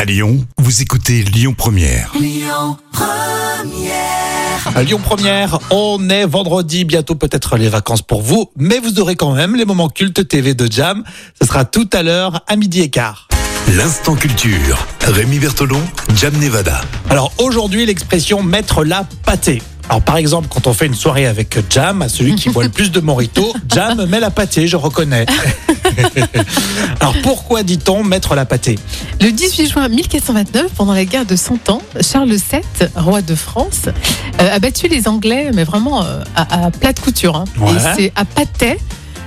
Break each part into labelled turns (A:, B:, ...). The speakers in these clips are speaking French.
A: À Lyon, vous écoutez Lyon Première.
B: À Lyon Première, on est vendredi, bientôt peut-être les vacances pour vous, mais vous aurez quand même les moments cultes TV de Jam. Ce sera tout à l'heure à midi et quart.
A: L'instant culture. Rémi Bertolon, Jam Nevada.
B: Alors aujourd'hui, l'expression mettre la pâtée. Alors par exemple, quand on fait une soirée avec Jam, à celui qui boit le plus de Morito, Jam met la pâtée, je reconnais. Alors pourquoi dit-on mettre la pâtée
C: Le 18 juin 1429, pendant la guerre de Cent Ans, Charles VII, roi de France, euh, a battu les Anglais, mais vraiment euh, à, à plate couture. hein.
B: Ouais.
C: Et c'est à Patay,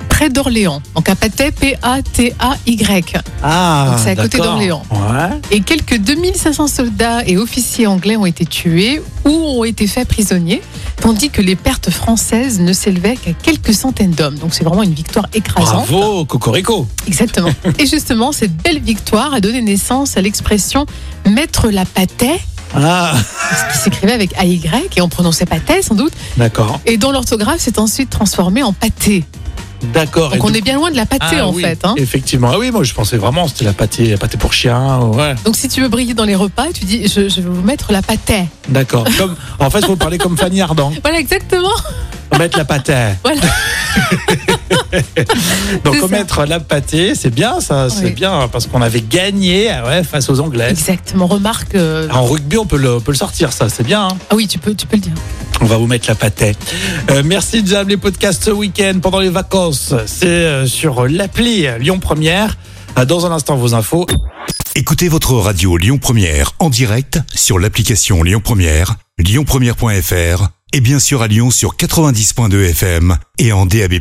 C: près d'Orléans. Donc à Patay, P-A-T-A-Y.
B: Ah,
C: Donc, c'est à côté
B: d'accord.
C: d'Orléans.
B: Ouais.
C: Et quelques 2500 soldats et officiers anglais ont été tués ou ont été faits prisonniers, tandis que les pertes françaises ne s'élevaient qu'à quelques centaines d'hommes. Donc c'est vraiment une victoire écrasante.
B: Bravo, Cocorico.
C: Exactement. Et justement, cette belle victoire a donné naissance à l'expression mettre la pâtée,
B: Ah,
C: qui s'écrivait avec AY, et on prononçait pâté sans doute,
B: d'accord.
C: et dans l'orthographe, c'est ensuite transformé en pâté.
B: D'accord.
C: Donc
B: Et
C: on
B: du
C: est bien loin de la pâtée
B: Ah
C: en
B: oui,
C: fait. hein.
B: Effectivement. Ah oui, moi je pensais vraiment c'était la pâtée, la pâtée pour chien. Ouais.
C: Donc si tu veux briller dans les repas, tu dis je, je vais vous mettre la pâtée.
B: D'accord. Comme, en fait, faut parler comme Fanny Ardant.
C: Voilà exactement.
B: Mettre la pâtée.
C: Voilà. C'est ça.
B: Donc mettre la pâtée, c'est bien ça, c'est
C: Oui.
B: bien hein, parce qu'on avait gagné ah ouais, Ah. face aux Anglais.
C: Exactement. Remarque. euh,
B: En rugby, on peut le, on peut le sortir, ça, c'est bien. hein.
C: Ah oui, tu peux, tu peux le dire.
B: On va vous mettre la pâtée. Euh, merci, Jam. Les podcasts ce week-end pendant les vacances, c'est euh, sur l'appli Lyon Première. Euh, Dans un instant, vos infos.
A: Écoutez votre radio Lyon Première en direct sur l'application Lyon Première, lyonpremière.fr et bien sûr à Lyon sur 90.2 FM et en DAB+.